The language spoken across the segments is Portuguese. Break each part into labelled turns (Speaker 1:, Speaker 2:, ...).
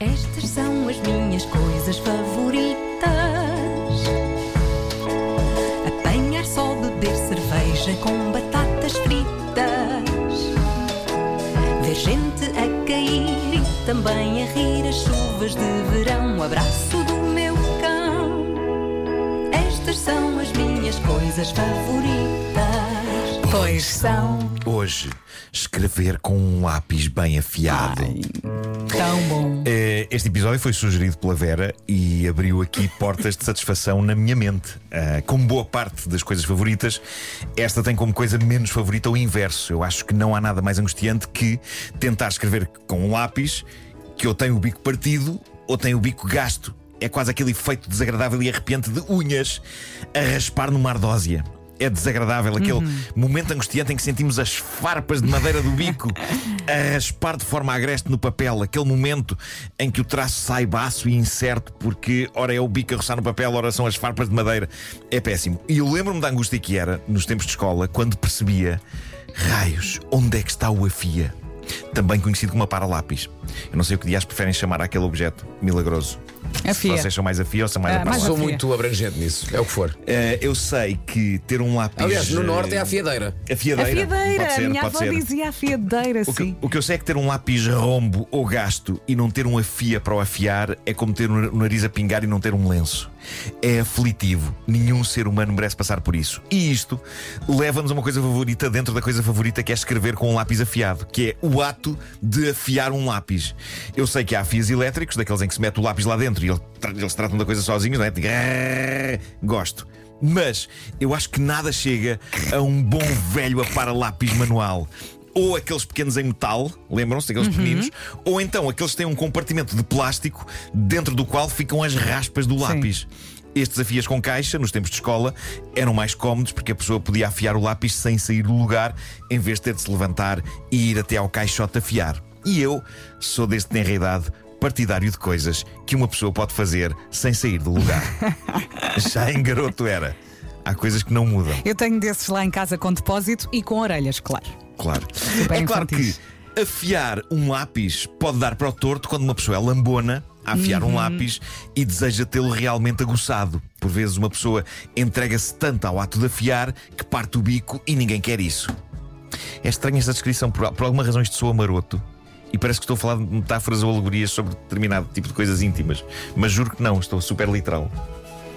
Speaker 1: Estas são as minhas coisas favoritas: apanhar só, beber cerveja com batatas fritas, ver gente a cair e também a rir as chuvas de verão. O abraço do meu cão. Estas são as minhas coisas favoritas. Pois são.
Speaker 2: Hoje, escrever com um lápis bem afiado.
Speaker 1: Tão bom.
Speaker 2: Eh, Este episódio foi sugerido pela Vera e abriu aqui portas de satisfação na minha mente. Ah, Como boa parte das coisas favoritas, esta tem como coisa menos favorita o inverso. Eu acho que não há nada mais angustiante que tentar escrever com um lápis que ou tem o bico partido ou tem o bico gasto. É quase aquele efeito desagradável e arrepiante de unhas a raspar numa ardósia. É desagradável aquele momento angustiante em que sentimos as farpas de madeira do bico a raspar de forma agreste no papel, aquele momento em que o traço sai baço e incerto, porque ora é o bico a roçar no papel, ora são as farpas de madeira. É péssimo. E eu lembro-me da angústia que era nos tempos de escola, quando percebia raios, onde é que está o afia? Também conhecido como a lápis. Eu não sei o que dias preferem chamar aquele objeto milagroso.
Speaker 3: Afia.
Speaker 2: Se vocês são mais afia ou são mais
Speaker 3: Ah,
Speaker 2: a
Speaker 3: mais
Speaker 2: paralapis.
Speaker 4: Sou muito abrangente nisso, é o que for.
Speaker 2: Eh, eu sei que ter um lápis.
Speaker 4: Aliás, no
Speaker 2: eh,
Speaker 4: norte é a fiadeira.
Speaker 2: a fiadeira.
Speaker 3: A fiadeira,
Speaker 2: Pode ser,
Speaker 3: a minha
Speaker 2: pode
Speaker 3: avó
Speaker 2: ser.
Speaker 3: dizia a fiadeira,
Speaker 2: O que,
Speaker 3: sim.
Speaker 2: o que eu sei é que ter um lápis rombo ou gasto e não ter um afia para o afiar é como ter o nariz a pingar e não ter um lenço. É aflitivo. Nenhum ser humano merece passar por isso. E isto leva-nos a uma coisa favorita dentro da coisa favorita que é escrever com um lápis afiado, que é o ato de afiar um lápis. Eu sei que há fios elétricos, daqueles em que se mete o lápis lá dentro e ele- eles tratam da coisa sozinhos, não é? "Ah, Gosto. Mas eu acho que nada chega a um bom velho aparalápis manual. Ou aqueles pequenos em metal, lembram-se daqueles pequeninos, ou então aqueles que têm um compartimento de plástico dentro do qual ficam as raspas do lápis. Estes afias com caixa, nos tempos de escola, eram mais cómodos porque a pessoa podia afiar o lápis sem sair do lugar, em vez de ter de se levantar e ir até ao caixote afiar. E eu sou, desde que tenho idade, partidário de coisas que uma pessoa pode fazer sem sair do lugar. Já em garoto era. Há coisas que não mudam,
Speaker 3: Eu tenho desses lá em casa com depósito e com orelhas, claro.
Speaker 2: claro.
Speaker 3: Bem
Speaker 2: é claro
Speaker 3: infantis.
Speaker 2: que afiar um lápis pode dar para o torto quando uma pessoa é lambona a afiar um lápis e deseja tê-lo realmente aguçado. Por vezes uma pessoa entrega-se tanto ao ato de afiar que parte o bico e ninguém quer isso. É estranha esta descrição, por, por alguma razão isto soa maroto. E parece que estou a falar de metáforas ou alegorias sobre determinado tipo de coisas íntimas. Mas juro que não, estou super literal.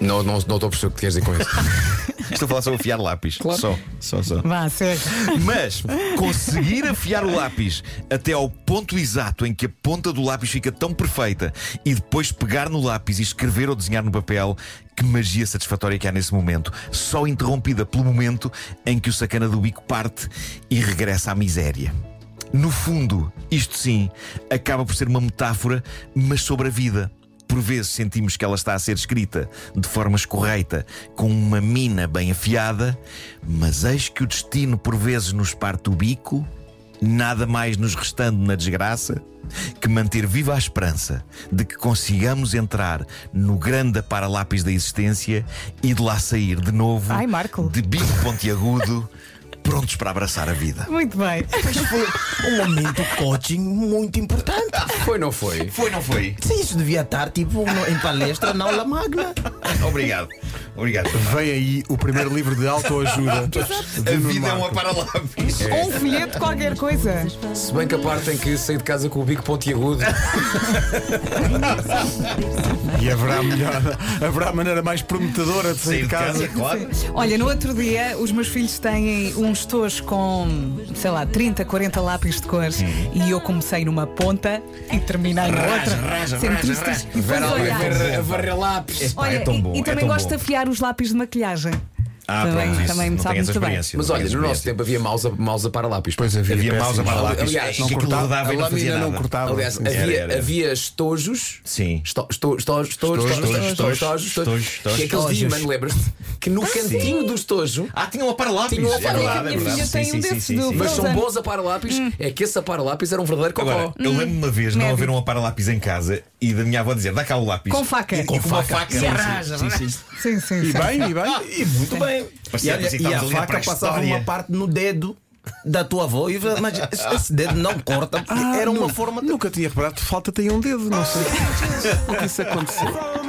Speaker 4: Não, não, não estou a perceber o que queres dizer com isso.
Speaker 2: Estou a falar sobre afiar lápis. Só, só, só.
Speaker 3: Vá, segue.
Speaker 2: Mas conseguir afiar o lápis até ao ponto exato em que a ponta do lápis fica tão perfeita e depois pegar no lápis e escrever ou desenhar no papel, que magia satisfatória que há nesse momento, só interrompida pelo momento em que o sacana do bico parte e regressa à miséria. No fundo, isto sim, acaba por ser uma metáfora, mas sobre a vida. Por vezes sentimos que ela está a ser escrita de forma escorreita, com uma mina bem afiada, mas eis que o destino por vezes nos parte o bico, nada mais nos restando na desgraça que manter viva a esperança de que consigamos entrar no grande paralápis da existência e de lá sair de novo,
Speaker 3: Ai, Marco.
Speaker 2: de bico pontiagudo, prontos para abraçar a vida.
Speaker 3: Muito bem.
Speaker 5: Mas foi um momento coaching muito importante.
Speaker 4: Foi, não foi?
Speaker 2: Foi, não foi?
Speaker 5: Sim, isso devia estar tipo no- em palestra na aula magna.
Speaker 2: Obrigado. Obrigado.
Speaker 6: Vem aí o primeiro livro de autoajuda.
Speaker 2: A vida é um paralápis.
Speaker 3: Ou um folheto, qualquer coisa.
Speaker 4: Se bem que a parte em que saí de casa com o bico pontiagudo.
Speaker 6: E haverá, melhor, haverá maneira mais prometedora
Speaker 4: É
Speaker 6: de sair de casa.
Speaker 2: claro.
Speaker 3: Olha, no outro dia, os meus filhos têm uns tojos com, sei lá, 30, 40 lápis de cores.
Speaker 2: Uhum.
Speaker 3: E eu comecei numa ponta e terminei na
Speaker 2: Rasga,
Speaker 3: outra.
Speaker 2: rasga,
Speaker 3: Sempre
Speaker 2: rasga,
Speaker 3: tristes.
Speaker 2: rasga.
Speaker 3: E depois
Speaker 4: Vera
Speaker 3: olhar.
Speaker 4: Oliveira a varrer lápis.
Speaker 2: Pá,
Speaker 3: Olha,
Speaker 2: é tão
Speaker 3: e-
Speaker 2: bom,
Speaker 3: e,
Speaker 2: é
Speaker 3: também
Speaker 2: tão
Speaker 3: gosto de
Speaker 2: bom.
Speaker 3: afiar os lápis de maquilhagem.
Speaker 2: Ah,
Speaker 3: também
Speaker 2: pronto, isso,
Speaker 3: também me
Speaker 2: não
Speaker 3: sabe
Speaker 2: tenho essa
Speaker 3: muito bem.
Speaker 2: experiência,
Speaker 4: Mas
Speaker 2: não
Speaker 4: olha,
Speaker 2: tenho
Speaker 4: no nosso
Speaker 2: essa
Speaker 4: tempo havia mouse a, mouse a para lápis.
Speaker 6: Pois havia,
Speaker 2: Havia
Speaker 6: péssimas.
Speaker 2: mouse a para lápis.
Speaker 4: Aliás,
Speaker 2: que
Speaker 4: não
Speaker 2: aquilo
Speaker 6: cortava,
Speaker 2: rodava e
Speaker 4: a
Speaker 2: não fazia
Speaker 6: lâmina
Speaker 2: nada.
Speaker 6: não cortava.
Speaker 4: Aliás,
Speaker 6: Sim.
Speaker 2: era,
Speaker 4: havia,
Speaker 2: era.
Speaker 4: havia estojos.
Speaker 2: Sim.
Speaker 4: Esto- esto- estojos, estojos,
Speaker 6: Estojos,
Speaker 4: estojos, estojos,
Speaker 2: estojos,
Speaker 4: estojos,
Speaker 2: estojos.
Speaker 4: Que é aqueles dias, mano, lembras-te? Que no cantinho do estojo.
Speaker 2: Ah, tinha um aparlápis.
Speaker 4: Tinha um aparlápis.
Speaker 2: verdade,
Speaker 3: Minha
Speaker 2: verdade.
Speaker 3: filha tem um desses do-
Speaker 4: Mas
Speaker 3: Frozen.
Speaker 4: são bons a para lápis. É que esse a para lápis era um verdadeiro
Speaker 2: Agora,
Speaker 4: cocó.
Speaker 2: eu lembro-me uma vez não
Speaker 3: Médio.
Speaker 2: haver um aparlápis em casa e da minha avó dizer: dá cá o lápis.
Speaker 3: Com faca.
Speaker 2: E, e com uma faca. é?
Speaker 4: Sim, sim.
Speaker 3: Sim, sim,
Speaker 6: E
Speaker 3: sim.
Speaker 6: bem, e bem.
Speaker 5: E muito bem.
Speaker 2: Parecia- parecia
Speaker 5: e,
Speaker 2: que
Speaker 5: a, e
Speaker 2: estávamos
Speaker 5: a
Speaker 2: ali na
Speaker 5: faca passava
Speaker 2: pré-história.
Speaker 5: uma parte no dedo da tua avó. E, vai- mas esse dedo não corta. porque
Speaker 6: Ah,
Speaker 5: era uma
Speaker 6: nu-
Speaker 5: forma de. Ah,
Speaker 6: Nunca tinha reparado, falta tem um dedo, não sei. O que isso aconteceu?